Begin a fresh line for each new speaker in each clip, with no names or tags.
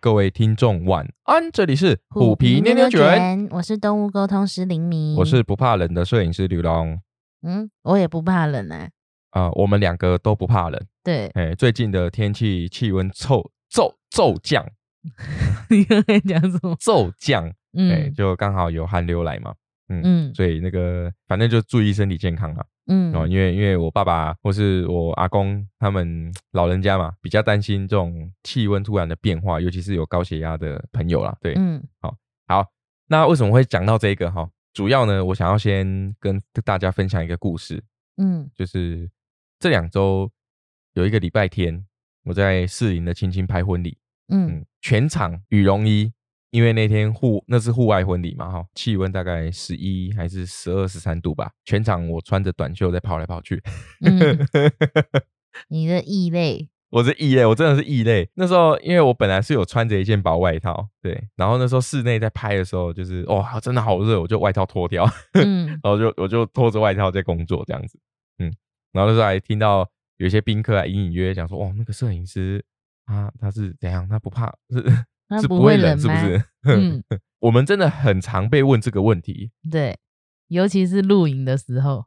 各位听众晚安，这里是虎皮妞妞卷，，
我是动物沟通师林明，
我是不怕冷的摄影师刘龙
嗯，我也不怕冷啊，
啊，我们两个都不怕冷，
对，
哎，最近的天气气温骤骤骤降
你刚才讲什么？
骤降，哎，
嗯
就刚好有寒流来嘛，
嗯
所以那个反正就注意身体健康啊，哦，
嗯，
因为因为我爸爸或是我阿公他们老人家嘛，比较担心这种气温突然的变化，尤其是有高血压的朋友啦。对，
嗯
好，那为什么会讲到这个哈？主要呢，我想要先跟大家分享一个故事，
嗯
就是这两周有一个礼拜天，我在士林的亲亲拍婚礼，
嗯
嗯，全场羽绒衣，因为那天户那是户外婚礼嘛，哈，气温大概十一还是十二十三度吧，全场我穿着短袖在跑来跑去，
嗯，你的异类，
我是异类，我真的是异类。那时候因为我本来是有穿着一件薄外套，对，然后那时候室内在拍的时候，就是哇，真的好热，我就外套脱掉，
嗯
然后就我就脱着外套在工作这样子，嗯，然后那时候还听到有一些宾客还隐隐约约讲说，哦，那个摄影师啊，他是怎样，他不怕是
他
是
不
不
会
会冷
冷
是不
吗
是？
嗯，
我们真的很常被问这个问题，
对，尤其是露营的时候，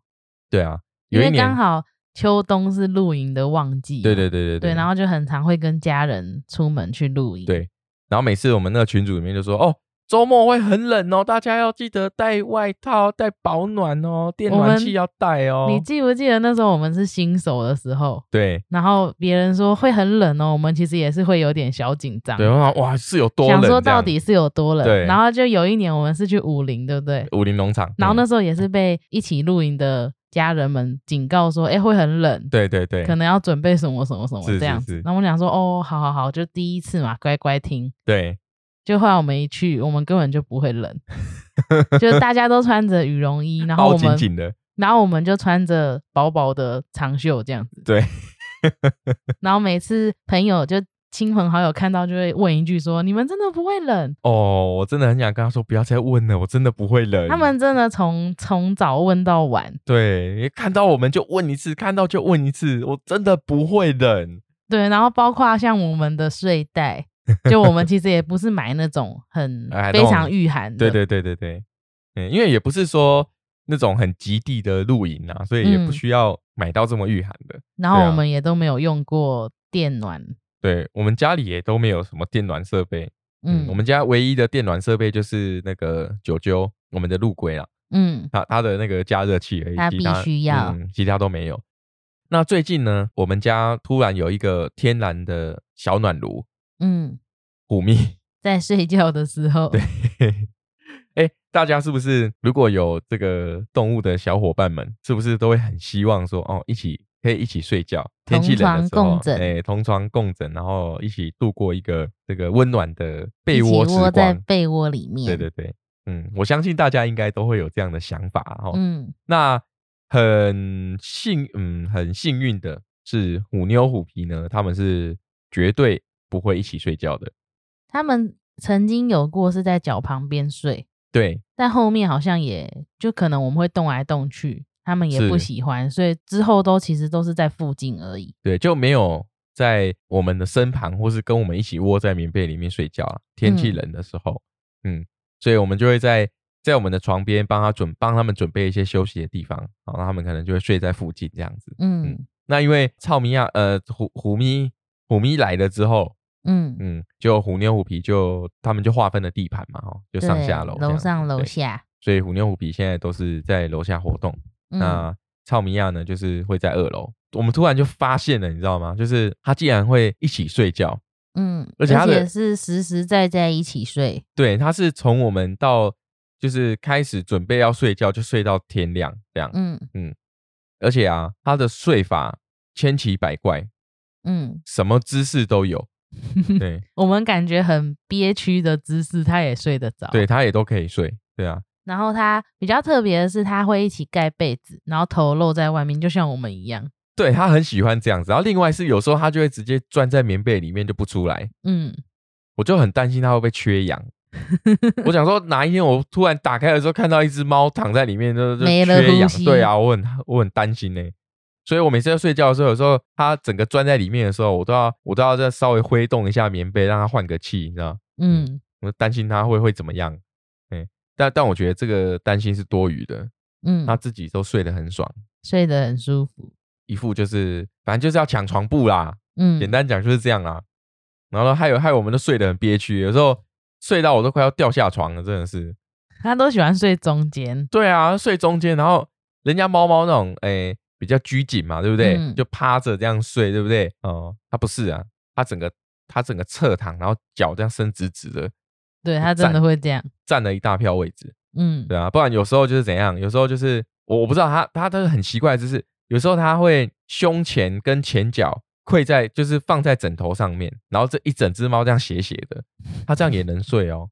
对啊，
因
有一
为
年
刚好秋冬是露营的旺季嘛，
对对对对
对，然后就很常会跟家人出门去露营，
对然后每次我们那个群组里面就说，哦，周末会很冷哦，大家要记得带外套、带保暖哦，电
我
暖
们
气要带哦。
你记不记得那时候我们是新手的时候，
对
然后别人说会很冷哦，我们其实也是会有点小紧张，
对，我想哇是有多冷
想
这样，
说到底是有多冷。
对
然后就有一年我们是去武陵，对不对？
武林农场，
然后
嗯
那时候也是被一起露营的家人们警告说，哎，会很冷，
对对对
可能要准备什么什么什么
是是
这样
是
子。然后我们讲说，哦，好好好，就第一次嘛，乖乖听。
对，
就后来我们一去，我们根本就不 会冷，就是大家都穿着羽绒衣，然后
包
我
紧
们，
紧的，
然后我们就穿着薄薄的长袖这样子。
对，
然后每次朋友就亲朋好友看到就会问一句说：“你们真的不会冷？”
哦，我真的很想跟他说不要再问了，我真的不会冷。
他们真的从从早问到晚，
对看到我们就问一次，看到就问一次，我真的不会冷。
对，然后包括像我们的睡袋，就我们其实也不是买那种很
哎
非
那种
常御寒的，
对对对对对，嗯，因为也不是说那种很极地的露营啊，所以也不
嗯
需要买到这么御寒的。
然后
对啊
我们也都没有用过电暖，
对我们家里也都没有什么电暖设备，嗯，
嗯，
我们家唯一的电暖设备就是那个九九，我们的陆龟啦，
嗯
它它的那个加热器而已，
它
其
必
他
须要
嗯，其他都没有。那最近呢，我们家突然有一个天然的小暖炉，
嗯，
虎蜜。
在睡觉的时候，对，
哎、大家是不是如果有这个动物的小伙伴们，是不是都会很希望说，哦，一起可以一起睡觉，天气冷的时
同床
候
共，枕
哎、同床共枕，然后一起度过一个这个温暖的被
一
窝
起
时
窝在
光。
被窝里面，
对对对，嗯，我相信大家应该都会有这样的想法哦。
嗯
那很幸，嗯，很幸运的是，虎妞虎皮呢，他们是绝对不会一起睡觉的。
他们曾经有过是在脚旁边睡，
对，
但后面好像也就可能我们会动来动去，他们也
是
不喜欢，所以之后都其实都是在附近而已。
对，就没有在我们的身旁，或是跟我们一起窝在棉被里面睡觉啊。天气
嗯
冷的时候，嗯所以我们就会在在我们的床边帮他准帮他们准备一些休息的地方，然后他们可能就会睡在附近这样子。
嗯
那因为草米亚呃虎虎咪虎咪来了之后，
嗯，
嗯，就虎妞虎皮就他们就划分了地盘嘛，哦，就
对，
上下楼这样
楼
子
上楼
对
下。
所以虎妞虎皮现在都是在楼下活动。
嗯
那超米亚呢，就是会在二楼。我们突然就发现了，你知道吗？就是他竟然会一起睡觉。
嗯，
而且他的
是实实在在一起睡。
对，他是从我们到就是开始准备要睡觉，就睡到天亮这样。
嗯
而且啊，他的睡法千奇百怪，
嗯，
什么姿势都 有。对，
我们感觉很憋屈的姿势，他也睡得着。
对，他也都可以睡。对啊，
然后他比较特别的是，他会一起盖被子，然后头露在外面，就像我们一样。
对他很喜欢这样子。然后另外是有时候他就会直接钻在棉被里面就不出来，
嗯，
我就很担心它会不会缺 氧。我想说，哪一天我突然打开的时候，看到一只猫躺在里面，就就
没了
缺
呼
氧，
吸
对啊，我很我很担心呢、所以我每次在睡觉的时候，有时候它整个钻在里面的时候，我都要我都要再稍微挥动一下棉被，让它换个气，你知道吗？
嗯
我担心它会会怎么样。哎、但但我觉得这个担心是多余的，
嗯
它，自己都睡得很爽，
睡得很舒服。
一副就是反正就是要抢床布啦，
嗯，
简单讲就是这样啦。然后还有害我们都睡得很憋屈，有时候睡到我都快要掉下床了，真的是。
他都喜欢睡中间。
对啊，睡中间，然后人家猫猫那种诶、比较拘谨嘛，对不对？
嗯
就趴着这样睡，对不对？哦、它不是啊，它整个它整个侧躺，然后脚这样伸直直的，
对他真的
站
会这样。
占了一大票位置，
嗯
对啊，不然有时候就是怎样，有时候就是我我不知道它它它是很奇怪，就是有时候它会胸前跟前脚跪在，就是放在枕头上面，然后这一整只猫这样斜斜的，它这样也能睡哦，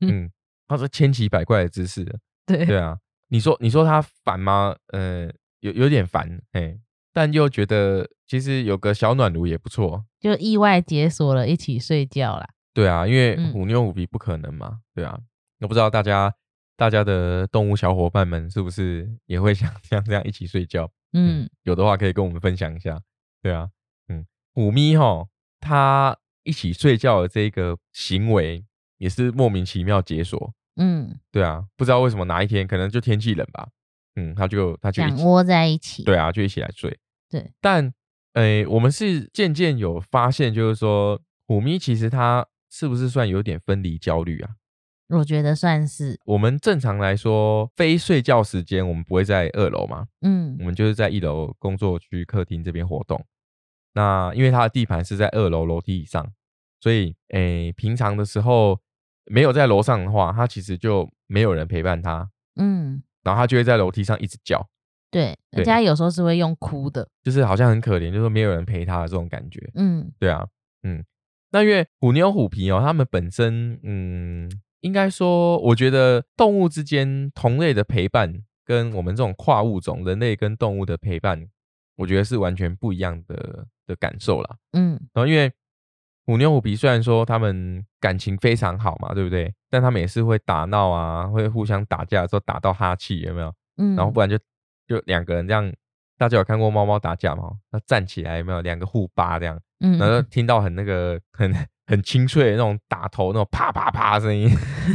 嗯，它是千奇百怪的姿势啊。
对，
对啊，你说你说他烦吗？呃，有有点烦，哎，但又觉得其实有个小暖炉也不错。
就意外解锁了一起睡觉啦。
对啊，因为
嗯
虎妞虎皮不可能嘛，对啊。我不知道大家大家的动物小伙伴们是不是也会像像这样一起睡觉？
嗯，
有的话可以跟我们分享一下。对啊，嗯，虎咪吼，它一起睡觉的这个行为也是莫名其妙解锁。
嗯，
对啊，不知道为什么哪一天可能就天气冷吧，嗯，它就它就一
两
起
窝在一起。，
对啊，就一起来睡。
对，
但诶、我们是渐渐有发现，就是说虎咪其实它是不是算有点分离焦虑啊？
我觉得算是
我们正常来说，非睡觉时间我们不会在二楼嘛，
嗯
我们就是在一楼工作区客厅这边活动。那因为它的地盘是在二楼楼梯以上，所以诶、平常的时候没有在楼上的话，它其实就没有人陪伴它，
嗯，
然后它就会在楼梯上一直叫，
对，
对
人家有时候是会用哭的。
就是好像很可怜，就是说没有人陪它的这种感觉。
嗯
对啊，嗯，那因为虎妞虎皮哦，它们本身，嗯，应该说，我觉得动物之间同类的陪伴，跟我们这种跨物种人类跟动物的陪伴，我觉得是完全不一样的的感受啦。
嗯
然后因为虎妞虎皮虽然说它们感情非常好嘛，对不对？但它们也是会打闹啊，会互相打架的时候打到哈气，有没有？
嗯，
然后不然就就两个人这样。大家有看过猫猫打架吗？它站起来有没有？两个互扒这样，
嗯
然后就听到很那个很很清脆的那种打头那种啪啪啪的声 音，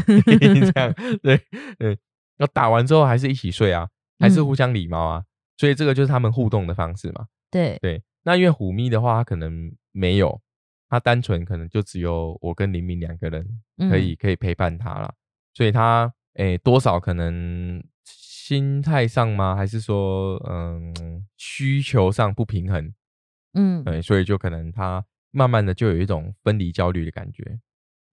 这样对对。那打完之后还是一起睡啊，还是互
嗯
相礼貌啊，所以这个就是他们互动的方式嘛。
对，
对，那因为虎咪的话，它可能没有，它单纯可能就只有我跟林明两个人
嗯
可以、可以陪伴它啦，所以它诶多少可能心态上吗？还是说嗯需求上不平衡？
嗯，嗯
对，所以就可能他慢慢的就有一种分离焦虑的感觉。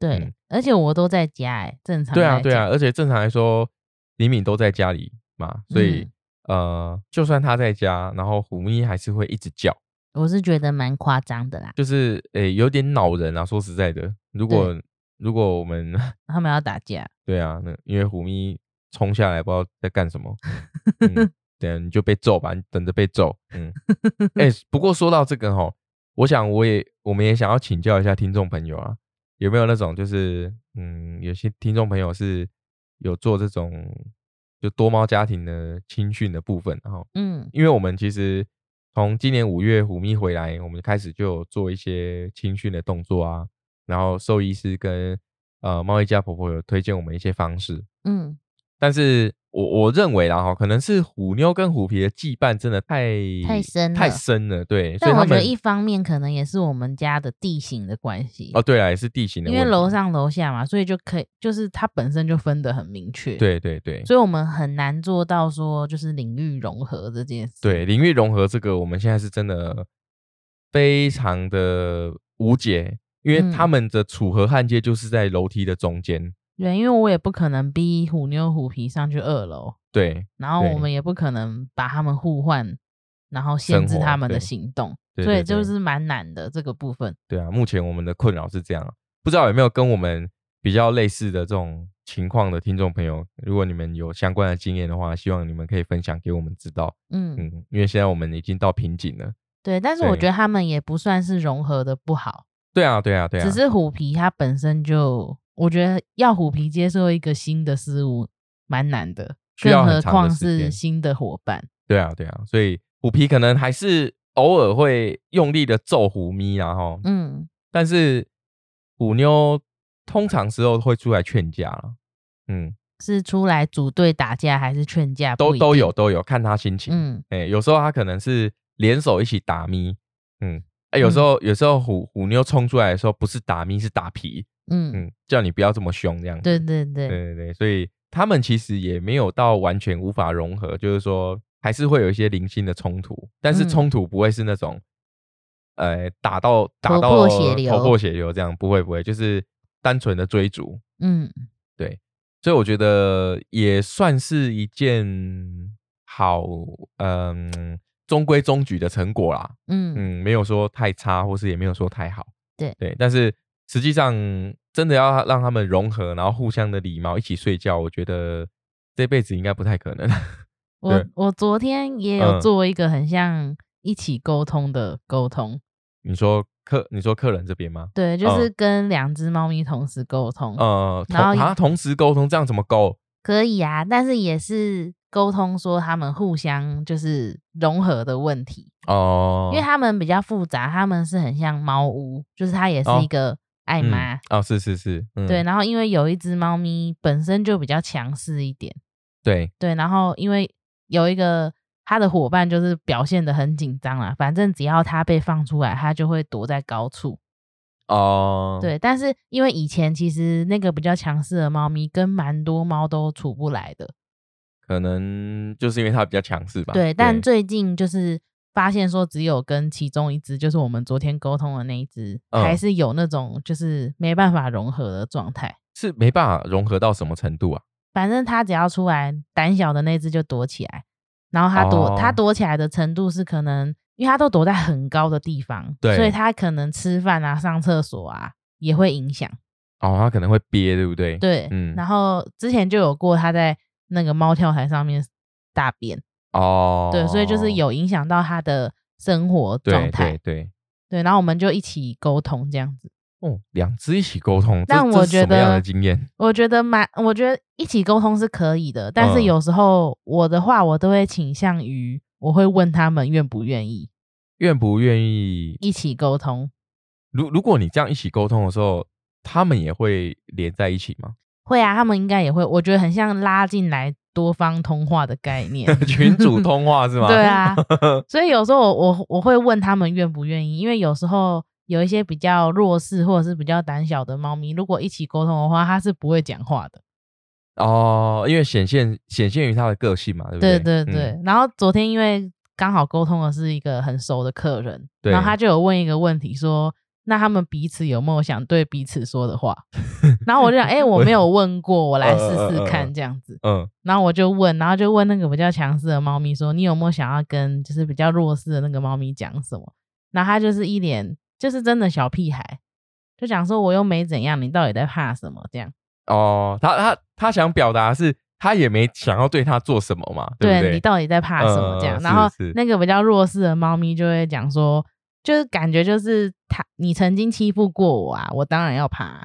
对
嗯，
而且我都在家哎，正常
对啊，
来
对啊，
讲，
而且正常来说，李敏都在家里嘛，所以、呃，就算他在家，然后虎咪还是会一直叫，
我是觉得蛮夸张的啦。
就是诶有点恼人啊。说实在的，如果如果我们
他们要打架，
对啊，那因为虎咪冲下来不知道在干什么，嗯、对啊，你就被揍吧，你等着被揍。嗯，哎、不过说到这个吼，我想我也我们也想要请教一下听众朋友啊，有没有那种就是嗯，有些听众朋友是有做这种就多猫家庭的青训的部分，然后
嗯
因为我们其实从今年五月虎咪回来，我们开始就有做一些青训的动作啊，然后兽医师跟呃猫一家婆婆有推荐我们一些方式，
嗯，
但是我我认为啦哈，可能是虎妞跟虎皮的羁绊真的太
太深
太
了
深了，对，所以
但
他
我觉
们
得一方面可能也是我们家的地形的关系
哦，对啦，也是地形的
因
问题，
为楼上楼下嘛，所以就可以就是它本身就分得很明确，，
对对对
所以我们很难做到说就是领域融合这件事，，
对领域融合这个，我们现在是真的非常的无解，因为他
嗯
们的楚河汉界就是在楼梯的中间，
对，因为我也不可能逼虎妞虎皮上去二楼，
对
然后我
对
们也不可能把他们互换，然后限制
生活
他们的
对
行动，
对
所
对
以就
对
是蛮难的这个部分。
对啊，目前我们的困扰是这样啊，不知道有没有跟我们比较类似的这种情况的听众朋友，如果你们有相关的经验的话，希望你们可以分享给我们知道。
嗯，
嗯，因为现在我们已经到瓶颈了。
对，但是我
对
觉得他们也不算是融合的不好，
对啊，对啊，对啊，
只是虎皮它本身就，我觉得要虎皮接受一个新的事物蛮难的，
需要
更
很
何
长的
况
时
是
间
新的伙伴。
对啊，对啊，所以虎皮可能还是偶尔会用力的揍虎咪啊，哈，
嗯，
但是虎妞通常时候会出来劝架了，嗯，
是出来组队打架还是劝架？不
都
一
都
定
有。都有，看她心情，哎、
嗯
有时候她可能是联手一起打咪，嗯，哎、有时候、有时候虎虎妞冲出来的时候不是打咪是打皮，
嗯，
嗯，叫你不要这么凶这样子，
对对对，
对对对，所以他们其实也没有到完全无法融合，就是说还是会有一些零星的冲突，但是
嗯
冲突不会是那种，呃，打到打
头
到
破血流
头破血流这样，不会不会，就是单纯的追逐。
嗯
所以我觉得也算是一件好，嗯、中规中矩的成果啦。
嗯
嗯，没有说太差，或是也没有说太好。
对
对，但是实际上真的要让他们融合，然后互相的礼貌，一起睡觉，我觉得这辈子应该不太可能。
我
对
我昨天也有
嗯
做一个很像一起沟通的沟通，
你说客，你说客人这边吗？
对，就
嗯
是跟两只猫咪同时沟通，
呃，同
嗯然后
啊，同时沟通这样怎么沟？
可以啊，但是也是沟通说他们互相就是融合的问题，
哦、
因为他们比较复杂，他们是很像猫屋，就是它也是
哦
一个爱
嗯
妈。
哦，是是是，嗯，
对，然后因为有一只猫咪本身就比较强势一点，
对，
对，然后因为有一个它的伙伴就是表现的很紧张啦，反正只要它被放出来，它就会躲在高处。
哦、，
对，但是因为以前其实那个比较强势的猫咪跟蛮多猫都处不来的，
可能就是因为他比较强势吧。
对，但最近就是发现说，只有跟其中一只，就是我们昨天沟通的那一只，
嗯
还是有那种就是没办法融合的状态。
是没办法融合到什么程度啊？
反正它只要出来，胆小的那只就躲起来，然后它躲它、
哦
躲起来的程度是可能，因为它都躲在很高的地方，所
对
以它可能吃饭啊、上厕所啊也会影响。
哦，他可能会憋，对不对？，
对，
嗯
然后之前就有过它在那个猫跳台上面大便，
哦，
对，所以就是有影响到它的生活状
对对
态。
对，
对，然后我们就一起沟通这样子。
哦，两只一起沟通，这
但
这
我
是
觉
什么样的
得
经验？
我觉得蛮，我觉得一起沟通是可以的，但是
嗯
有时候我的话，我都会倾向于我会问他们愿不愿意
愿不愿意？
一起沟通，
如如果你这样一起沟通的时候，他们也会连在一起吗？，
会啊，他们应该也会，我觉得很像拉进来多方通话的概念
群主通话是吗？
对啊，所以有时候我我我会问他们愿不愿意，因为有时候有一些比较弱势或者是比较胆小的猫咪，如果一起沟通的话，它是不会讲话的。
哦，因为显现显现于他的个性嘛，对不
对
对
对
嗯
对。然后昨天因为刚好沟通的是一个很熟的客人，
对
然后他就有问一个问题说。那他们彼此有没有想对彼此说 的话？然后我就想，哎、我没有问过，我来试试看这样子。
嗯，
然后我就问，然后就问那个比较强势的猫咪说，你有没有想要跟就是比较弱势的那个猫咪讲什么？然后他就是一脸就是真的小屁孩，就讲说我又没怎样，你到底在怕什么？这样
哦，他他他想表达是，他也没想要对他做什么嘛，不
你
对？
到底在怕什么？这样，
嗯嗯嗯
然后
是是
那个比较弱势的猫咪就会讲说，就是感觉就是他，你曾经欺负过我啊，我当然要怕啊、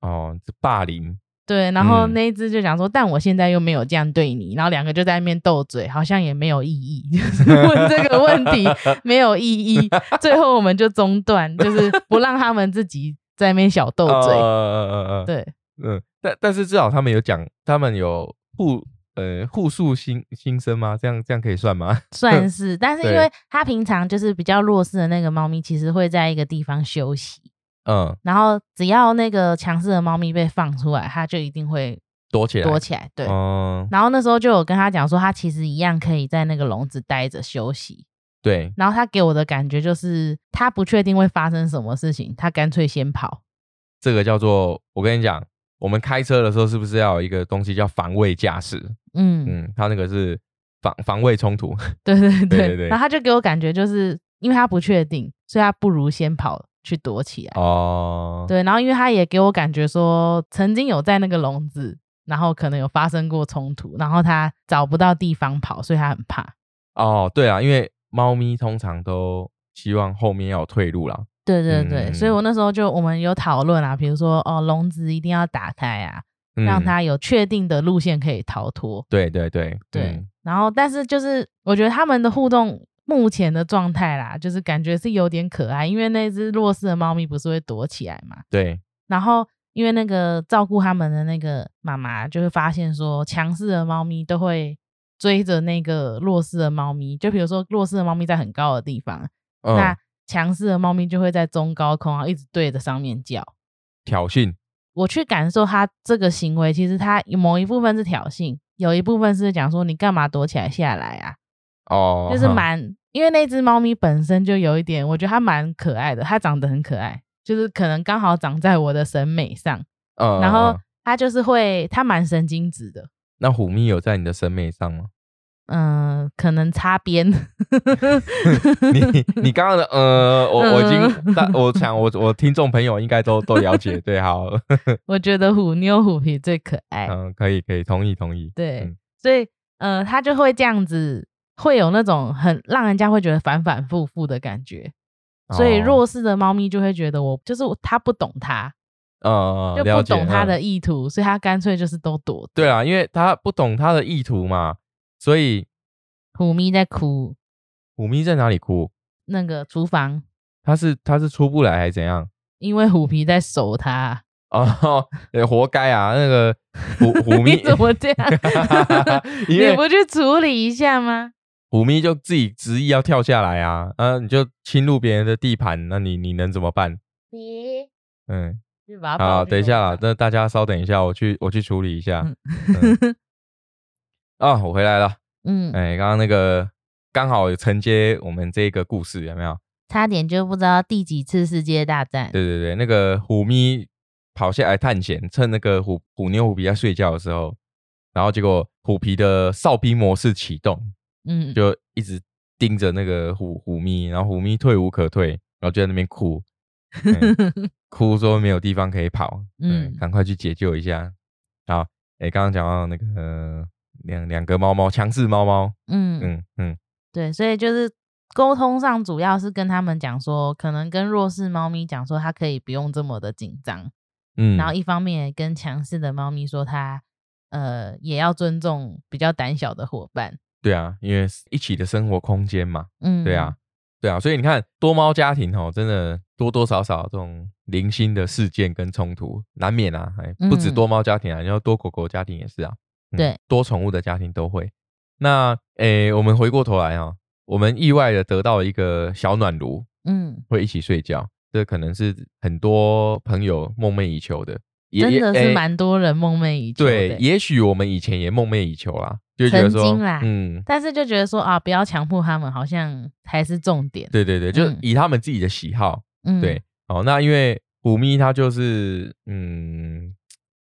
哦，这霸凌，
对，然后
嗯
那一只就讲说，但我现在又没有这样对你，然后两个就在那边斗嘴，好像也没有意义， 就是问这个问 题没有意义。最后我们就中断，就是不让他们自己在那边小斗
呃
嘴。
呃呃呃，
对，
嗯，但但是至少他们有讲，他们有互呃互诉心心声吗？这样这样可以算吗？
算是，但是因
对
为它平常就是比较弱势的那个猫咪，其实会在一个地方休息。
嗯，
然后只要那个强势的猫咪被放出来，它就一定会
躲起来，
躲起来。对，
嗯，
然后那时候就有跟他讲说，它其实一样可以在那个笼子待着休息。
对，
然后他给我的感觉就是，他不确定会发生什么事情，他干脆先跑。
这个叫做我跟你讲，我们开车的时候是不是要有一个东西叫防卫驾驶？
嗯，
嗯，它那个是防防卫冲突，
对对对
对对对
然后他就给我感觉就是，因为他不确定，所以他不如先跑去躲起来。
哦，
对，然后因为他也给我感觉说，曾经有在那个笼子，然后可能有发生过冲突，然后他找不到地方跑，所以他很怕。
哦，对啊，因为猫咪通常都希望后面要有退路啦。
对对对，
嗯
所以我那时候就我们有讨论啊，比如说哦，笼子一定要打开啊，让
嗯
他有确定的路线可以逃脱。
对对对
对，
嗯
然后但是就是我觉得他们的互动目前的状态啦，就是感觉是有点可爱，因为那只弱势的猫咪不是会躲起来嘛，
对，
然后因为那个照顾他们的那个妈妈就会发现说，强势的猫咪都会追着那个弱势的猫咪，就比如说弱势的猫咪在很高的地方，
嗯
那强势的猫咪就会在中高空啊一直对着上面叫。
挑衅，
我去感受它这个行为，其实它某一部分是挑衅，有一部分是讲说你干嘛躲起来下来啊？
哦，
就是
哼
蛮，因为那只猫咪本身就有一点，我觉得它蛮可爱的，它长得很可爱，就是可能刚好长在我的审美上，
嗯
然
嗯
后
嗯
它就是会，它蛮神经质的，
那虎咪有在你的审美上吗？
嗯、可能擦边，
你你刚刚的呃，我我已经，
嗯
但我想我我听众朋友应该都 都了解，对，好，
我觉得虎妞虎皮最可爱，
嗯，可以可以，同意同意，
对，
嗯
所以呃，它就会这样子，会有那种很让人家会觉得反反复复的感觉，所以
哦
弱势的猫咪就会觉得我就是它不懂它，
呃
就
了
不
解
懂它
嗯
的意图，所以它干脆就是都躲
对啊，因为他不懂他的意图嘛，所以
虎咪在哭，
虎咪在哪里哭？
那个厨房，
他是他是出不来还是怎样？
因为虎皮在守它。
哦， 也活该啊！那个虎 虎咪
你，怎么这样？
因为
你不去处理一下吗？
虎咪就自己执意要跳下来啊，啊，你就侵入别人的地盘，那你你能怎么办？
你
嗯，
去把它抱
好，
去
等一下啦
弄，吧
那大家稍等一下，我去我去处理一下。
嗯
嗯啊，我回来了。
嗯，
哎、刚刚那个刚好有承接我们这个故事，有没有？
差点就不知道第几次世界大战。
对对对，那个虎咪跑下来探险，趁那个虎虎妞虎皮在睡觉的时候，然后结果虎皮的哨兵模式启动，
嗯，
就一直盯着那个虎虎咪，然后虎咪退无可退，然后就在那边哭， 嗯哭说没有地方可以跑，嗯
嗯，
赶快去解救一下。好，哎、刚刚讲到那个呃两两个猫猫，强势猫猫，
嗯嗯，
嗯嗯
对，所以就是沟通上主要是跟他们讲说，可能跟弱势猫咪讲说，它可以不用这么的紧张，
嗯，
然后一方面也跟强势的猫咪说它，呃也要尊重比较胆小的伙伴。
对啊，因为一起的生活空间嘛，
嗯，
对啊，，对啊，所以你看多猫家庭哦，真的多多少少这种零星的事件跟冲突难免啊，哎，不止
嗯
多猫家庭啊，然后多狗狗家庭也是啊，嗯
对，
多宠物的家庭都会。那诶，我们回过头来哦，我们意外的得到一个小暖炉，
嗯，
会一起睡觉，这可能是很多朋友梦寐以求的，也
真的
也
是
诶
蛮多人梦寐以求的
对，
欸。
也许我们以前也梦寐以求啦，就觉得
曾
说，
经啦
嗯，
但是就觉得说啊，不要强迫他们，好像才是重点。
对对对，就
嗯
以他们自己的喜好，
嗯，
对，哦，那因为虎咪它就是，嗯，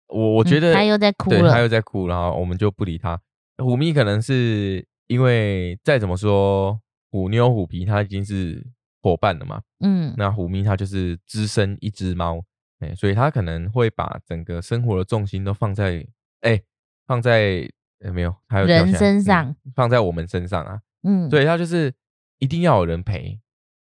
我我觉
嗯
得、
他又在哭
对，它又
了。
在哭，然后我们就不理它。虎咪可能是因为再怎么说，虎妞虎皮它已经是伙伴了嘛，
嗯
那虎咪它就是只身一只猫，哎、所以它可能会把整个生活的重心都放在，哎、放在。哎没有，还有掉
人
下来
身
嗯
上
放在我们身上啊，
嗯，
对，他就是一定要有人陪，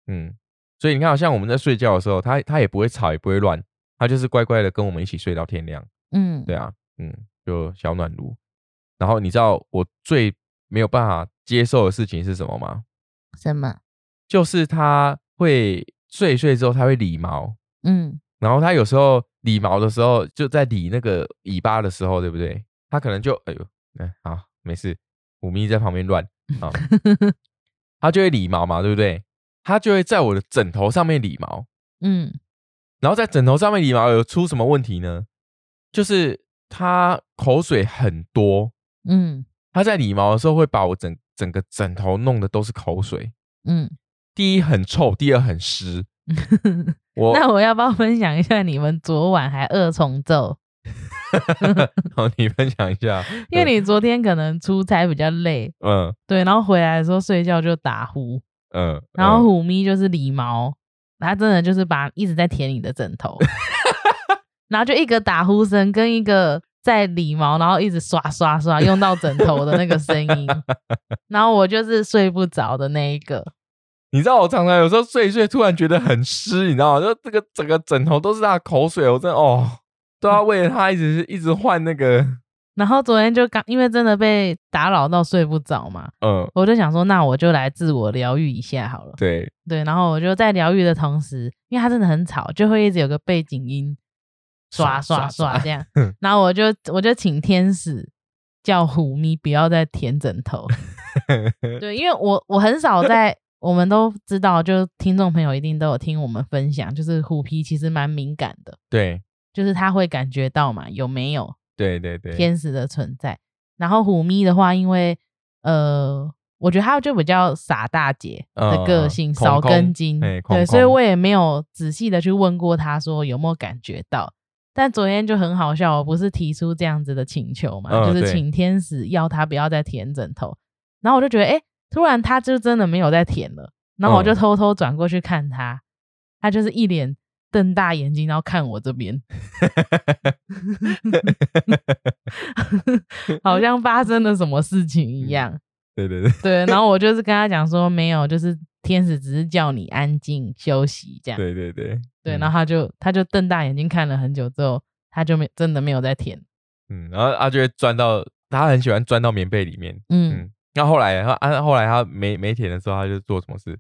嗯，所以你看，好像我们在睡觉的时候，他他也不会吵，也不会乱，他就是乖乖的跟我们一起睡到天亮，
嗯，
对啊，嗯，就小暖炉。然后你知道我最没有办法接受的事情是什么吗？
什么？
就是他会睡一睡之后，他会理毛，
嗯
然后他有时候理毛的时候，就在理那个尾巴的时候，对不对？他可能就哎呦，嗯，好，没事，虎咪在旁边乱 啊，他就会理毛嘛，对不对？他就会在我的枕头上面理毛，
嗯
然后在枕头上面理毛有出什么问题呢？就是他口水很多，
嗯
他在理毛的时候会把我整整个枕头弄的都是口水。
嗯。
第一很臭，第二很湿。我
那我要不要分享一下你们昨晚还二 重奏？
好，你分享一下，
因为你昨天可能出差比较累，
嗯
对，然后回来的时候睡觉就打呼，
嗯，嗯
然后虎咪就是理毛，它真的就是把一直在舔你的 枕头，然后就一个打呼声跟一个在理毛，然后一直刷刷刷用到枕头的那个 声音，然后我就是睡不着的那一个，
你知道我常常有时候睡一睡，突然觉得很湿，你知道吗？就这个整个枕头都是他的口水，我真的哦，都要为了他一直一直换那个，
然后昨天就刚因为真的被打扰到睡不着嘛，
嗯，
我就想说，那我就来自我疗愈一下好了。
对，
对，然后我就在疗愈的同时，因为它真的很吵，就会一直有个背景音，刷刷刷这样。然后我就我就请天使叫虎咪不要再舔枕 头，对，因为我我很少在，我们都知道，就听众朋友一定都有听我们分享，就是虎皮其实蛮敏感的，
对
就是他会感觉到嘛有没有
对对对，
天使的存在。然后虎咪的话，因为呃，我觉得他就比较傻大姐的个性，
嗯空
少根
空
筋，
哎空
对，所以
空
我也没有仔细的去问过他说有没有感觉到。但昨天就很好笑，我不是提出这样子的请求嘛，
嗯
就是
对
请天使要他不要再舔枕头。然后我就觉得，哎、突然他就真的没有在舔了。然后我就
嗯
偷偷转过去看他，他就是一脸瞪大眼睛，然后看我这边， 好像发生了什么事情
嗯
一样。
对对对，
对，然后我就是跟他讲说，没有，就是天使只是叫你安静休息这样。
对对对，
对，
嗯
然后他就他就瞪大眼睛看了很久之后，他就没真的没有在舔。
嗯，然后他就会钻到，他很喜欢钻到棉被里面，
嗯，
嗯，那后来他啊，后来他没没舔的时候，他就做什么事？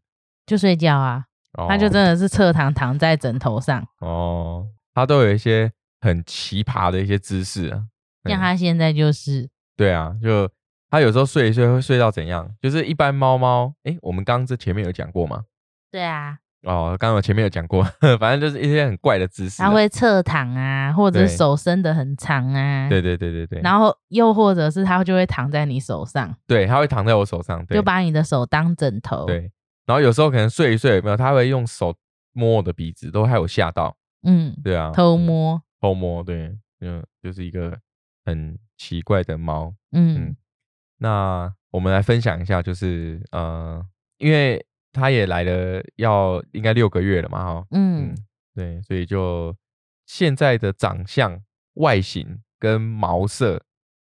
就睡觉啊，
哦
他就真的是侧躺躺在枕头上，
哦，他都有一些很奇葩的一些姿势啊，
像
嗯
他现在就是
对啊，就它有时候睡一睡会睡到怎样？就是一般猫猫，诶，我们刚刚这前面有讲过吗？
对啊，
哦，刚刚我前面有讲过， 反正就是一些很怪的姿势、啊。
他，会侧躺啊，或者
对
手伸的很长啊，
对对对对对，
然后又或者是他就会躺在你手上，
对，它会躺在我手上，对
就把你的手当枕头。，
对，然后有时候可能睡一睡，有没有？它会用手摸我的鼻子，都害我吓到。
嗯，
对啊，
偷
嗯
摸，
偷摸，对，嗯，就是一个很奇怪的猫。
嗯
那我们来分享一下，就是呃，因为它也来了要应该六个月了嘛，哈、
嗯
嗯，对，所以就现在的长相、外形跟毛色，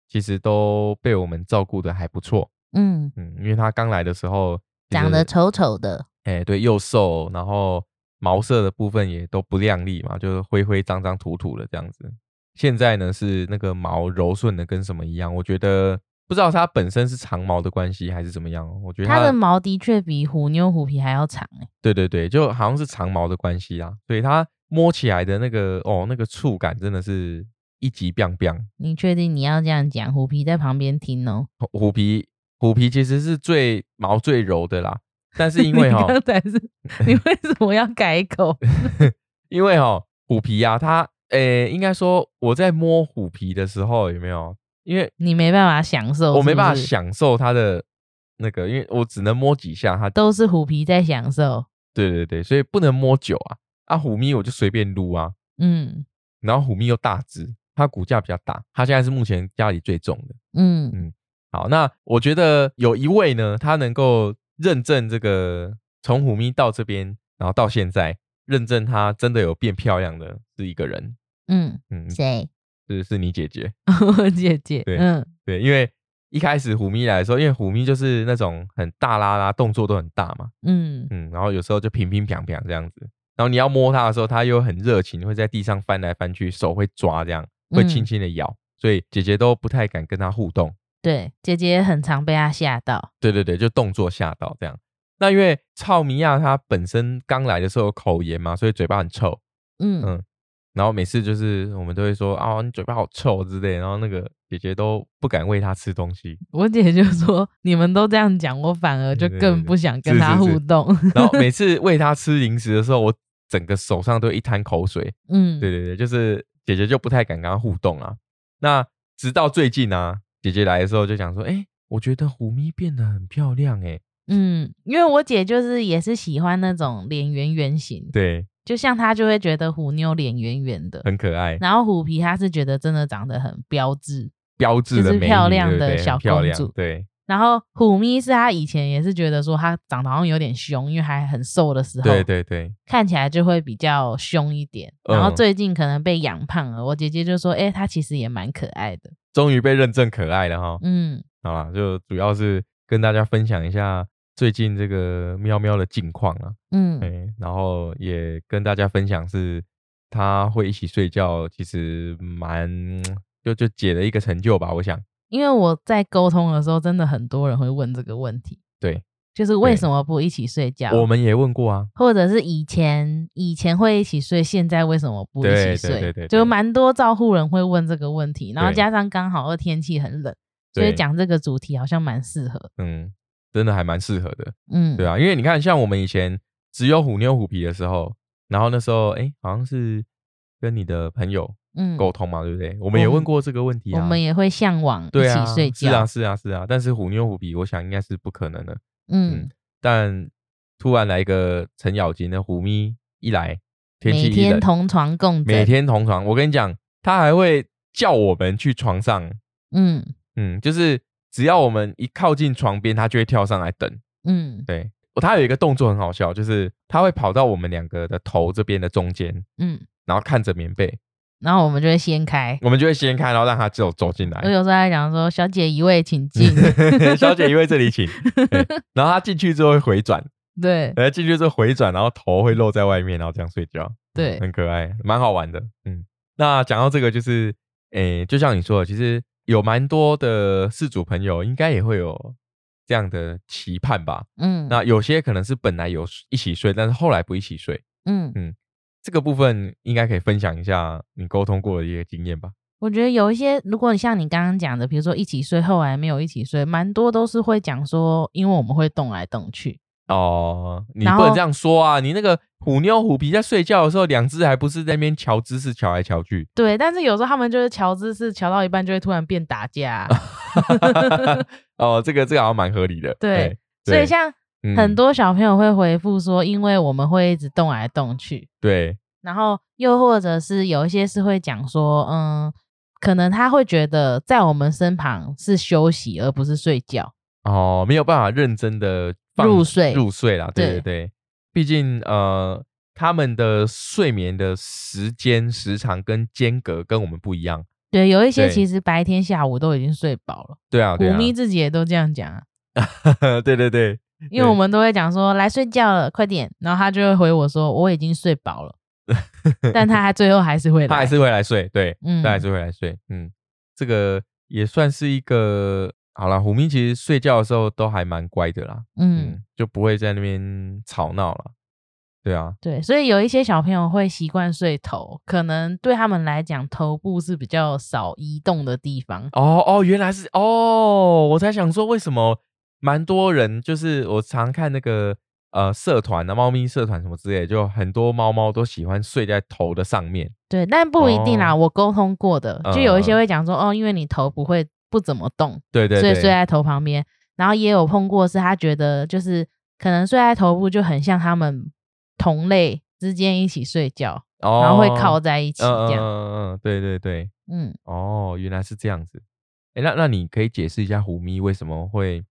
其实都被我们照顾的还不错。
嗯，
嗯，因为它刚来的时候
长得，丑丑的，
哎、对，又瘦，然后毛色的部分也都不亮丽嘛，就是灰灰脏脏土土的这样子。现在呢是那个毛柔顺的跟什么一样，我觉得不知道它本身是长毛的关系还是怎么样，我觉得
它
它
的毛的确比虎妞虎皮还要长欸
对对对，就好像是长毛的关系啊，所以它摸起来的那个哦，那个触感真的是一级棒棒。
你确定你要这样讲？虎皮在旁边听哦。
虎皮虎皮其实是最毛最柔的啦，但是因为哦哈、
你刚才是，你为什么要改 口？
因为哈、虎皮啊，它诶、应该说我在摸虎皮的时候有没有？因为
你没办法享受，
我没办法
哦是不是，
享受它的那个，因为我只能摸几下它。
都是虎皮在享受。
对对对，所以不能摸久啊。啊，虎咪我就随便撸啊，
嗯
然后虎咪又大只，它骨架比较大，它现在是目前家里最重的。
嗯
好，那我觉得有一位呢，他能够认证这个从虎咪到这边，然后到现在认证他真的有变漂亮的是一个人，
嗯，
嗯，
谁？
是是你姐姐，
我姐姐。
对
嗯
对，因为一开始虎咪来的时候，因为虎咪就是那种很大拉拉，动作都很大嘛，
嗯
嗯，然后有时候就乒乒乓乓这样子，然后你要摸它的时候，它又很热情，会在地上翻来翻去，手会抓这样，会轻
嗯
轻的咬，所以姐姐都不太敢跟它互动。
对，姐姐也很常被他吓到。
对对对，就动作吓到这样。那因为超米亚他本身刚来的时候有口炎嘛，所以嘴巴很臭，
嗯
嗯然后每次就是我们都会说啊，你嘴巴好臭之类的，然后那个姐姐都不敢喂他吃东 西，
我姐就说：“你们都这样讲，我反而就
对对对
更不想跟
是
他
是是
互动。
然后每次喂他吃零食的时候，我整个手上都一滩口水。
嗯，
对对对，就是姐姐就不太敢跟他互动啊。那直到最近啊，姐姐来的时候就讲说，哎，我觉得虎咪变得很漂亮哎、
嗯，因为我姐就是也是喜欢那种脸圆圆型，
对，
就像她就会觉得虎妞脸圆圆的，
很可爱，
然后虎皮她是觉得真的长得很标致，
标志的
就是
美女，
漂亮
对不
的
对很
小
漂
公
亮
主
对。
然后虎咪是她以前也是觉得说她长得好像有点凶，因为还很瘦的时候，
对对对，
看起来就会比较凶一点。然后
嗯
最近可能被养胖了，我姐姐就说：“哎、她其实也蛮可爱的。
终于被认证可爱了哈”。
嗯，
好啦，就主要是跟大家分享一下最近这个喵喵的近况啊，
嗯
哎、然后也跟大家分享是他会一起睡觉，其实蛮就就解了一个成就吧。我想，
因为我在沟通的时候，真的很多人会问这个问题，
对，
就是为
对
什么不一起睡觉？
我们也问过啊，
或者是以前以前会一起睡，现在为什么不一
对
起
对
睡？
对对对
就蛮多照护人会问这个问题，然后
对
加上刚好天气很冷，所以
对，
讲这个主题好像蛮适合。
嗯，真的还蛮适合的，
嗯，
对啊，因为你看，像我们以前只有虎妞虎皮的时候，然后那时候哎、诶好像是跟你的朋友
嗯，
沟通嘛，对不对？我们也
我们
问过这个问题
我
啊，
们也会向往一
对啊，
起睡觉。
是啊，是啊，是啊，但是虎妞虎皮，我想应该是不可能的。
嗯，
但突然来一个程咬金的虎咪一来，天气
每
一冷
天，同床共枕，
每天同床，我跟你讲，他还会叫我们去床上，
嗯
嗯，就是只要我们一靠近床边，他就会跳上来等。
嗯
对，哦他有一个动作很好笑，就是他会跑到我们两个的头这边的中间，
嗯，
然后看着棉被，
然后我们就会掀开。
我们就会掀开，然后让他走走进
我
来。
有时候还讲说：“小姐一位，请 进。
小姐，一位这里请。对然后他进去之后会回转，”
对
然后进去之后回转，然后头会露在外面，然后这样睡觉。嗯
对
很可爱，蛮好玩的。嗯，那讲到这个，就是诶、就像你说的，其实有蛮多的事主朋友应该也会有这样的期盼吧。
嗯，
那有些可能是本来有一起睡，但是后来不一起睡，
嗯，
这个部分应该可以分享一下你沟通过的一个经验吧。
我觉得有一些，如果你像你刚刚讲的，比如说一起睡，后来没有一起睡，蛮多都是会讲说，因为我们会动来动去。
哦，你
然
不能
后
这样说啊！你那个虎妞虎皮在睡觉的时候，两只还不是在那边瞧姿势瞧来瞧去，
对，但是有时候他们就是瞧姿势，瞧到一半就会突然变打架啊、
哦，这个这个好像蛮合理的。
对
哎，
所以
对
像
嗯
很多小朋友会回复说，因为我们会一直动来动去，
对
然后又或者是有一些是会讲说，嗯，可能他会觉得在我们身旁是休息而不是睡觉。
哦，没有办法认真的
入睡
入睡啦，对对
对
对，毕竟呃，他们的睡眠的时间时长跟间隔跟我们不一样，
对，有一些
对
其实白天下午都已经睡饱了，
对啊，
虎
对啊，
咪自己也都这样讲啊。
对对对，
因为我们都会讲说来睡觉了，快点，然后他就会回我说我已经睡 饱了，但他还最后还是会来，
他还是会来睡，对，
嗯
他还是会来睡，嗯，这个也算是一个好啦，虎咪其实睡觉的时候都还蛮乖的啦，
嗯
嗯，就不会在那边吵闹了，对啊，
对，所以有一些小朋友会习惯睡头，可能对他们来讲头部是比较少移动的地方，
哦哦，原来是哦，我才想说为什么蛮多人就是我常看那个呃社团的猫咪社团什么之类的，就很多猫猫都喜欢睡在头的上面。
对，但不一定啦。我沟通过的，就有一些
哦嗯
会讲说哦，因为你头不会不怎么动，
对对
所以
对，
睡在头旁边，然后也有碰过是他觉得就是可能睡在头部就很像他们同类之间一起睡觉，
哦、
啊然后会靠在一起
嗯
这
嗯
样。
嗯嗯，对对对，
嗯，
哦，原来是这样子。哎，那那你可以解释一下虎咪为什么会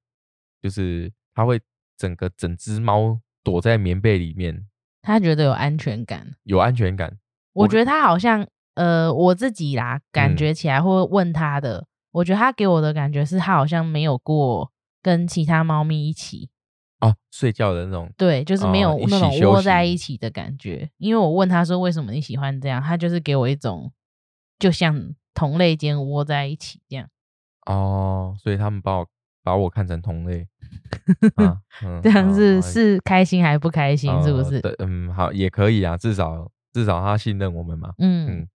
就是它会整个整只猫躲在棉被里面
他觉得有安全感。
有安全感？我嗯
我觉得他好像，呃，我自己啦，感觉起来或问他的，我觉得他给我的感觉是他好像没有过跟其他猫咪一起，
哦，睡觉的那种
对，就是没
哦
有
一起
那种
休
窝
息
在一起的感觉。因为我问他说为什么你喜欢这样，他就是给我一种就像同类间窝在一起这样。
哦，所以他们把我把我看成同类啊，嗯
这样
哦
是
哎
是开心还不开心，是不
呃
是？
对，嗯，好，也可以啊，至少至少他信任我们嘛。
嗯
嗯，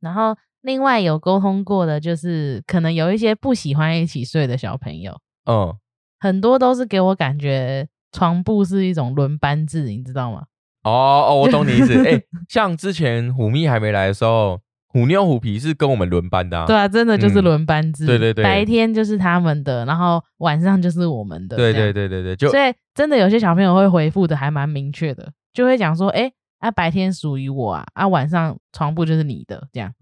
然后另外有沟通过的，就是可能有一些不喜欢一起睡的小朋友，
嗯，
很多都是给我感觉床部是一种轮班制，你知道吗？
哦哦，我懂你意思。哎、像之前虎咪还没来的时候，虎妞虎皮是跟我们轮班的、啊。
对啊，真的就是
嗯
轮班制、
对对对
白天就是他们的，然后晚上就是我们的。
对
这样
对对对对，就
所以真的有些小朋友会回复的还蛮明确的，就会讲说，哎、啊白天属于我啊，啊晚上床部就是你的，这样。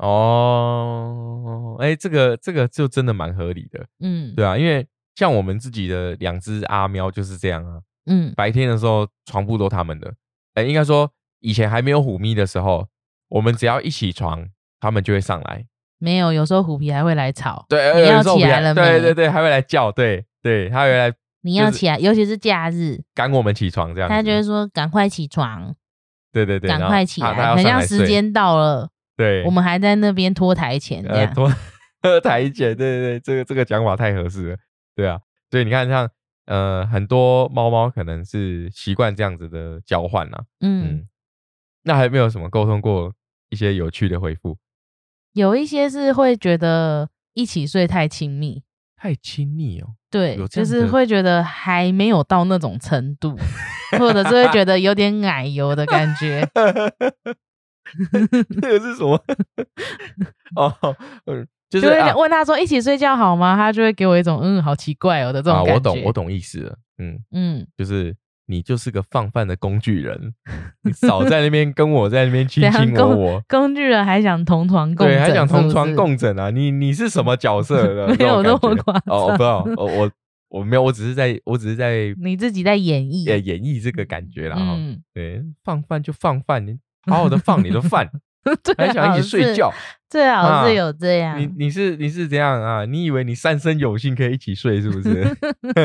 哦，哎、这个这个就真的蛮合理的，
嗯，
对啊，因为像我们自己的两只阿喵就是这样啊，
嗯
白天的时候床铺都他们的，哎、应该说以前还没有虎咪的时候，我们只要一起床，他们就会上来，
没有，有时候虎皮还会来吵，
对，
你
呃
要
有时候
起
我们
来
还
了
对
没
对对，还会来叫，对对，他会来
你
就
要
是嗯
起来，尤其是假日，
赶我们起床这样子，
他就会说赶快起床。
对对对，
赶
然后
快起
他他
来，
要
很
上
像
来
时
睡，
间到了，
对，
我们还在那边拖台前这
呃
样。
拖喝台姐，对对对，这个这个讲法太合适了，对啊，所以你看像呃很多猫猫可能是习惯这样子的交换啦、嗯
嗯，
那还有没有什么沟通过一些有趣的回复？
有一些是会觉得一起睡太亲密，
太亲密 哦，
对
有，这
就
样
是
的
会觉得还没有到那种程度，或者是会觉得有点奶油的感觉。
这个是什么？ 哦，嗯， 就
就是会
啊
问他说一起睡觉好吗？他就会给我一种嗯好奇怪哦的这
啊，
种感觉。
我懂我，懂意思了，嗯，
嗯，
就是你就是个放饭的工具人，你少在那 边跟我在那边卿
怎样
卿我
跟
我。
啊工具人还想同床共
对，
枕，
还想同
是
床
不是
共枕啊？你你是什么角色的
没有
那
那
种
么
感觉
夸张，
哦，我不知道，我我我没有，我只是在我只是在
你自己在演绎。
呃演绎这个感觉啦。哈
嗯，
对，放饭就放饭，你好好的放你的饭，
最
还想
好
一起睡
啊是
觉。，
最好
啊
是有这样。
你你是你是怎样啊？你以为你三生有幸可以一起睡是不是？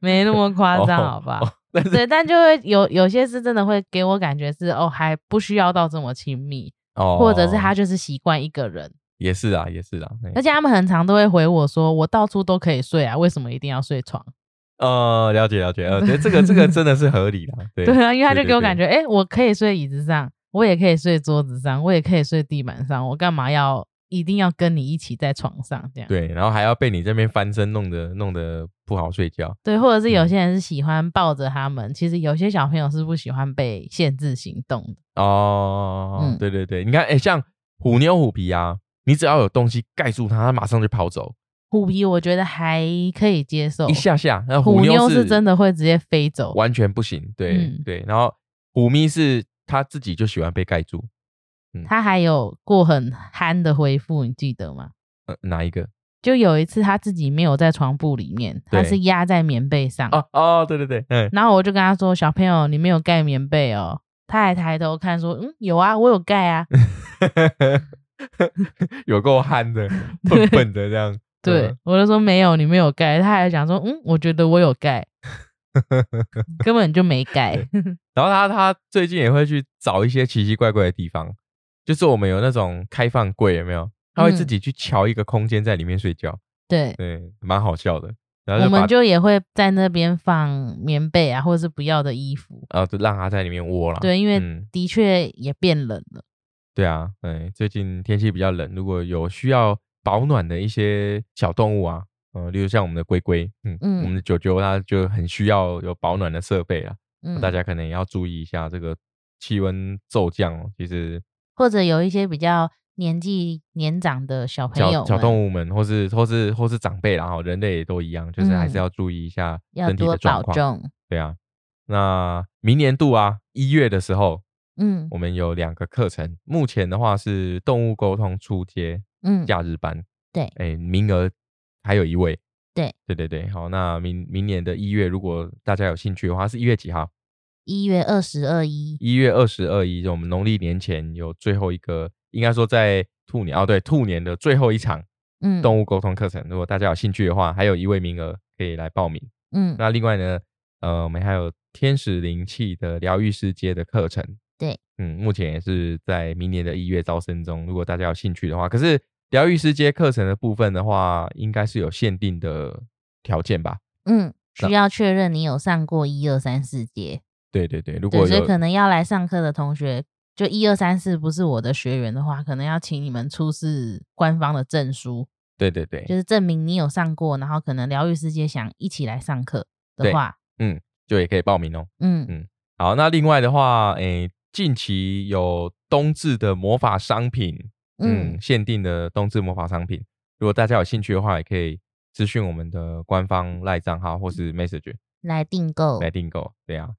没那么夸张，好吧？
哦但是
对，但就会有有些是真的会给我感觉是哦，还不需要到这么亲密，
哦，
或者是他就是习惯一个人，
也是啊，也是啊。嘿
而且他们很常都会回我说，我到处都可以睡啊，为什么一定要睡床？
呃，了解了解，呃，对，这个这个真的是合理啦。对
对啊，因为他就
对
给我
对
感觉，哎、我可以睡椅子上，我也可以睡桌子上，我也可以睡地板上，我干嘛要一定要跟你一起在床上这样？
对，然后还要被你这边翻身弄得弄得不好睡觉。
对，或者是有
嗯
些人是喜欢抱着他们，其实有些小朋友是不喜欢被限制行动的。
哦，
嗯
对对对，你看，哎、像虎妞虎皮啊，你只要有东西盖住它，它马上就跑走，
虎皮我觉得还可以接受，
一下下。那
虎
妞
妞是真的会直接飞走。
完全不行，对、
嗯
对。然后虎咪是它自己就喜欢被盖住，
他还有过很憨的回复，你记得吗？
呃，哪一个？
就有一次他自己没有在床铺里面，他
对
是压在棉被上，
哦哦，对对对，嗯，
然后我就跟他说：“小朋友，你没有盖棉被哦。”他还抬头看说：“嗯，有啊，我有 盖啊。
有够憨 的，笨笨的这样。
对”
嗯
我就说：“没有，你没有盖。”他还讲说：“嗯，我觉得我有盖，
嗯
根本就没盖。
然后他他最近也会去找一些奇奇怪怪的地方，就是我们有那种开放柜，有没有？他会自
嗯
己去瞧一个空间在里面睡觉，”
对，
对，蛮好笑的。然后
我
就把
们就也会在那边放棉被啊，或者是不要的衣服。
啊，就让它在里面窝了。
对，因为
嗯，
的确也变冷了。
对啊，嗯，最近天气比较冷，如果有需要保暖的一些小动物啊，呃，例如像我们的龟龟，嗯，
嗯
我们的九九，它就很需要有保暖的设备啦。
嗯，
大家可能也要注意一下这个气温骤降哦，其实
或者有一些比较年纪年长的小朋友
小小
物
动物们，或是或是或是长辈啦，然后人类也都一样，就是还是
嗯
要注意一下
要
身体
多
的状
保
况。
重。
对啊，那明年度啊，一月的时候，
嗯
我们有两个课程，目前的话是动物沟通初阶
嗯，
假日班，
对
哎，名额还有一位。
对
对对对，好，那明明年的一月，如果大家有兴趣的话，是一月几号？
一月二十二一，
一月二十二一，就我们农历年前有最后一个，应该说在兔年哦，对，兔年的最后一场
嗯，
动物沟通课程。如果大家有兴趣的话，还有一位名额可以来报名。
嗯
那另外呢，呃，我们还有天使灵气的疗愈世界的课程。
对，
嗯，目前也是在明年的一月招生中。如果大家有兴趣的话，可是疗愈世界课程的部分的话，应该是有限定的条件吧？
嗯，
那
需要确认你有上过一二三四节，
对对对，如
对，
果
所以
有
可能要来上课的同学。就一二三四不是我的学员的话，可能要请你们出示官方的证书，
对对对，
就是证明你有上过，然后可能疗愈世界想一起来上课
对
的话，
就也可以报名哦。
嗯
嗯好，那另外的话，诶，近期有冬至的魔法商品，
嗯
嗯，限定的冬至魔法商品，如果大家有兴趣的话，也可以咨询我们的官方赖账号或是 message
来订购，
来订购。对啊，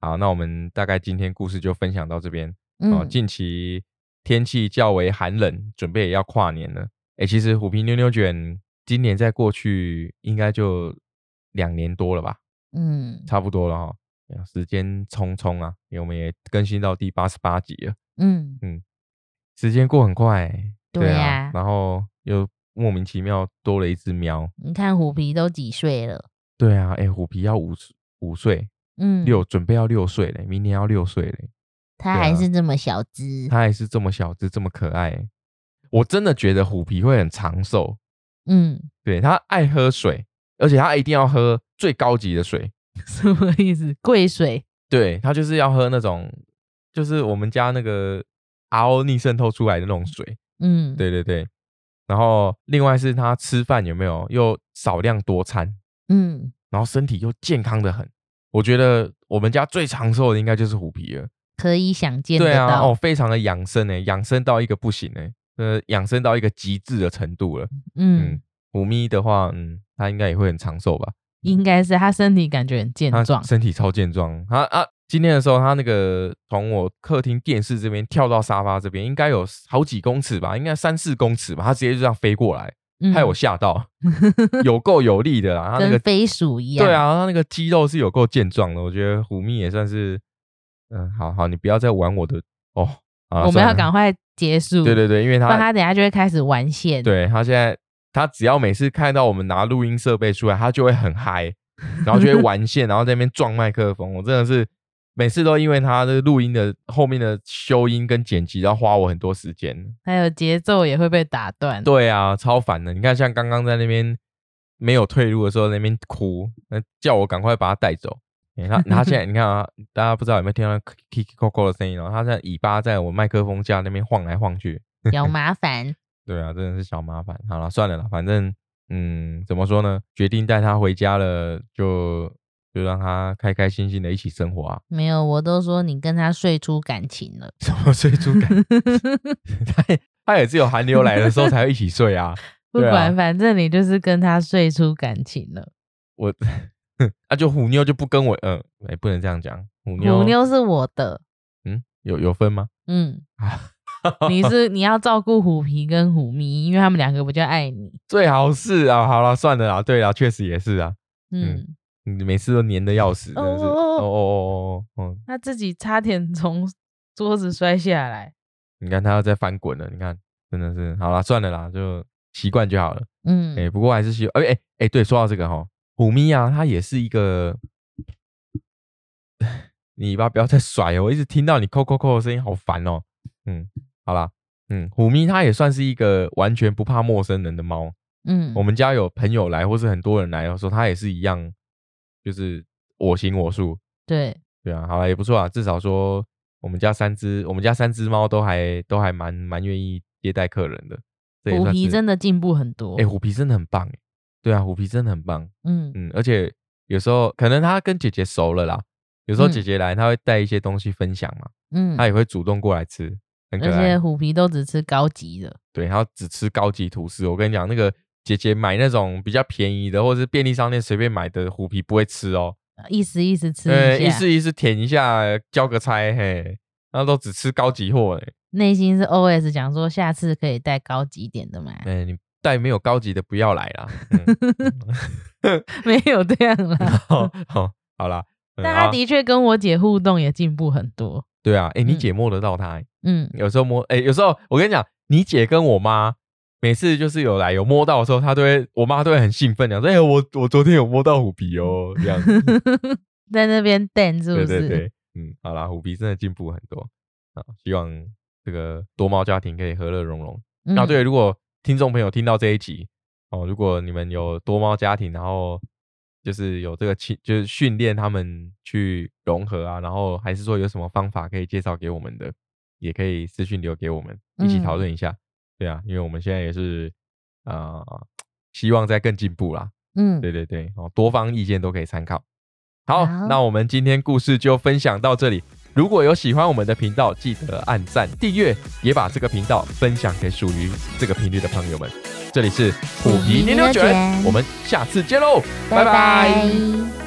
好，那我们大概今天故事就分享到这边。哦，
嗯，
近期天气较为寒冷，准备也要跨年了。诶，其实虎皮妞妞卷今年在过去应该就两年多了吧，
嗯
差不多了哈、哎呀时间匆匆啊，因为我们也更新到第八十八集了，
嗯，
时间过很快、
对
啊，
呀
然后又莫名其妙多了一只喵。
你看虎皮都几岁了？
对啊，哎、虎皮要五五岁，
嗯，
六、准备要六岁嘞，明年要六岁嘞。
它
对啊
还是这么小只。
它还是这么小只，这么可爱。我真的觉得虎皮会很长寿，
嗯，
对它爱喝水，而且它一定要喝最高级的水。
什么意思？
贵水
对，它就是要喝那种，就是我们家那个 RO 逆渗透出来的那种水。
嗯，
对对对。然后另外是它吃饭有没有又少量多餐，
嗯，
然后身体又健康的很。我觉得我们家最长寿的应该就是虎皮了。
可以想见
对
得
啊，
到。
哦，非常的养生诶、养生到一个不行诶、呃，养生到一个极致的程度了。
嗯
嗯，虎咪的话，嗯，它应该也会很长寿吧？
应该是他身体感觉很健
它
壮，
身体超健壮。它啊，今天的时候，它那个从我客厅电视这边跳到沙发这边，应该有好几公尺吧，应该三四公尺吧，它直接就这样飞过来，
嗯
害我吓 到，有够有力的啊！它那
跟
个
飞鼠一样。
对，啊，它那个肌肉是有够健壮的。我觉得虎咪也算是，嗯，好好，你不要再玩我的哦。啊
我们
算
要
了
赶快结束。
对对对，因为
不然
它
他等下就会开始玩线。
对他现在，他只要每次看到我们拿录音设备出来，他就会很 嗨，然后就会玩线，然后在那边撞麦克风。我真的是每次都因为他的录音的后面的修音跟剪辑，要花我很多时间。
还有节奏也会被打断。
对啊，超烦的。你看，像刚刚在那边没有退路的时候，在那边哭，那叫我赶快把他带走。欸、他他现在你看啊，大家不知道有没有听到 kiki coco 的声音哦？他现在尾巴在我麦克风架那边晃来晃去。
有麻烦。
对啊，真的是小麻烦。好了，算了啦，反正嗯，怎么说呢？决定带他回家了，就就让他开开心心的一起生活啊。
没有，我都说你跟他睡出感情了。
什么睡猪感？他也他也只有寒流来的时候才会一起睡啊。
不
对啊
管，反正你就是跟他睡出感情了。
我啊，就虎妞就不跟我，嗯、呃，哎、不能这样讲。虎妞，
母妞是我的，
嗯，有有分吗？
嗯，
你是你要照顾虎皮跟虎咪，因为他们两个比较爱你。
最好是啊，好了，算了啦，对啦，确实也是啊，
嗯，
你每次都黏的要死，真的是，
哦
哦
哦
哦
哦
哦哦哦，嗯，
他自己差点 从桌子摔下来。
你看他要再翻滚了，你看，真的是，好啦，算了啦，就习惯就好了。
嗯，
哎、不过还是希望，哎哎哎，对，说到这个哈，虎咪啊，它也是一个，你吧，不要再甩哦，我一直听到你扣扣扣的声音，好烦哦。嗯，好啦，嗯，虎咪它也算是一个完全不怕陌生人的猫。
嗯，
我们家有朋友来，或是很多人来的时候，它也是一样，就是我行我素。
对，
对啊，好了，也不错啊，至少说我们家三只，我们家三只猫都还都还蛮蛮愿意接待客人的。这也
虎
算
皮
是
真的进步很多。
哎、虎皮真的很棒哎，对啊，虎皮真的很棒，
嗯
嗯，而且有时候可能他跟姐姐熟了啦，有时候姐
嗯
姐来，他会带一些东西分享嘛，
嗯，
他也会主动过来吃，很可
而且
爱。
虎皮都只吃高级的，
对，然后只吃高级吐司，我跟你讲，那个姐姐买那种比较便宜的，或者是便利商店随便买的虎皮不会吃哦，
意思意思吃
呃，
一
一
下，
次一次舔一下，交个差，嘿，那都只吃高级货哎，
内心是 OS 讲说下次可以带高级一点的嘛。
哎、你带没有高级的不要来啦。嗯
没有这样啦。
好好好啦，嗯
但他
好
的确跟我姐互动也进步很 多。
对啊，哎、你
嗯
姐摸得到它、欸，
嗯，
有时候摸，哎、有时候我跟你讲，你姐跟我妈每次就是有来有摸到的时候，她都会，我妈都会很兴奋，讲说，哎、我我昨天有摸到虎 皮哦，这样子，
在那边瞪是不
对
是？
对对，嗯，好啦，虎皮真的进步很多啊，希望这个多猫家庭可以和乐融融。
嗯
啊，对，如果听众朋友听到这一集哦，如果你们有多猫家庭，然后就是有这个训，就是训练他们去融合啊，然后还是说有什么方法可以介绍给我们的，也可以私信留给我们一起讨
嗯
论一下。对啊，因为我们现在也是啊、呃希望再更进步啦。
嗯，
对对对，哦，多方意见都可以参考。好，
好
那我们今天故事就分享到这里。如果有喜欢我们的频道，记得按赞、订阅，也把这个频道分享给属于这个频率的朋友们。这里是虎皮
虎皮
牛牛
牛
卷，
卷
我们下次见喽，
拜
拜拜
拜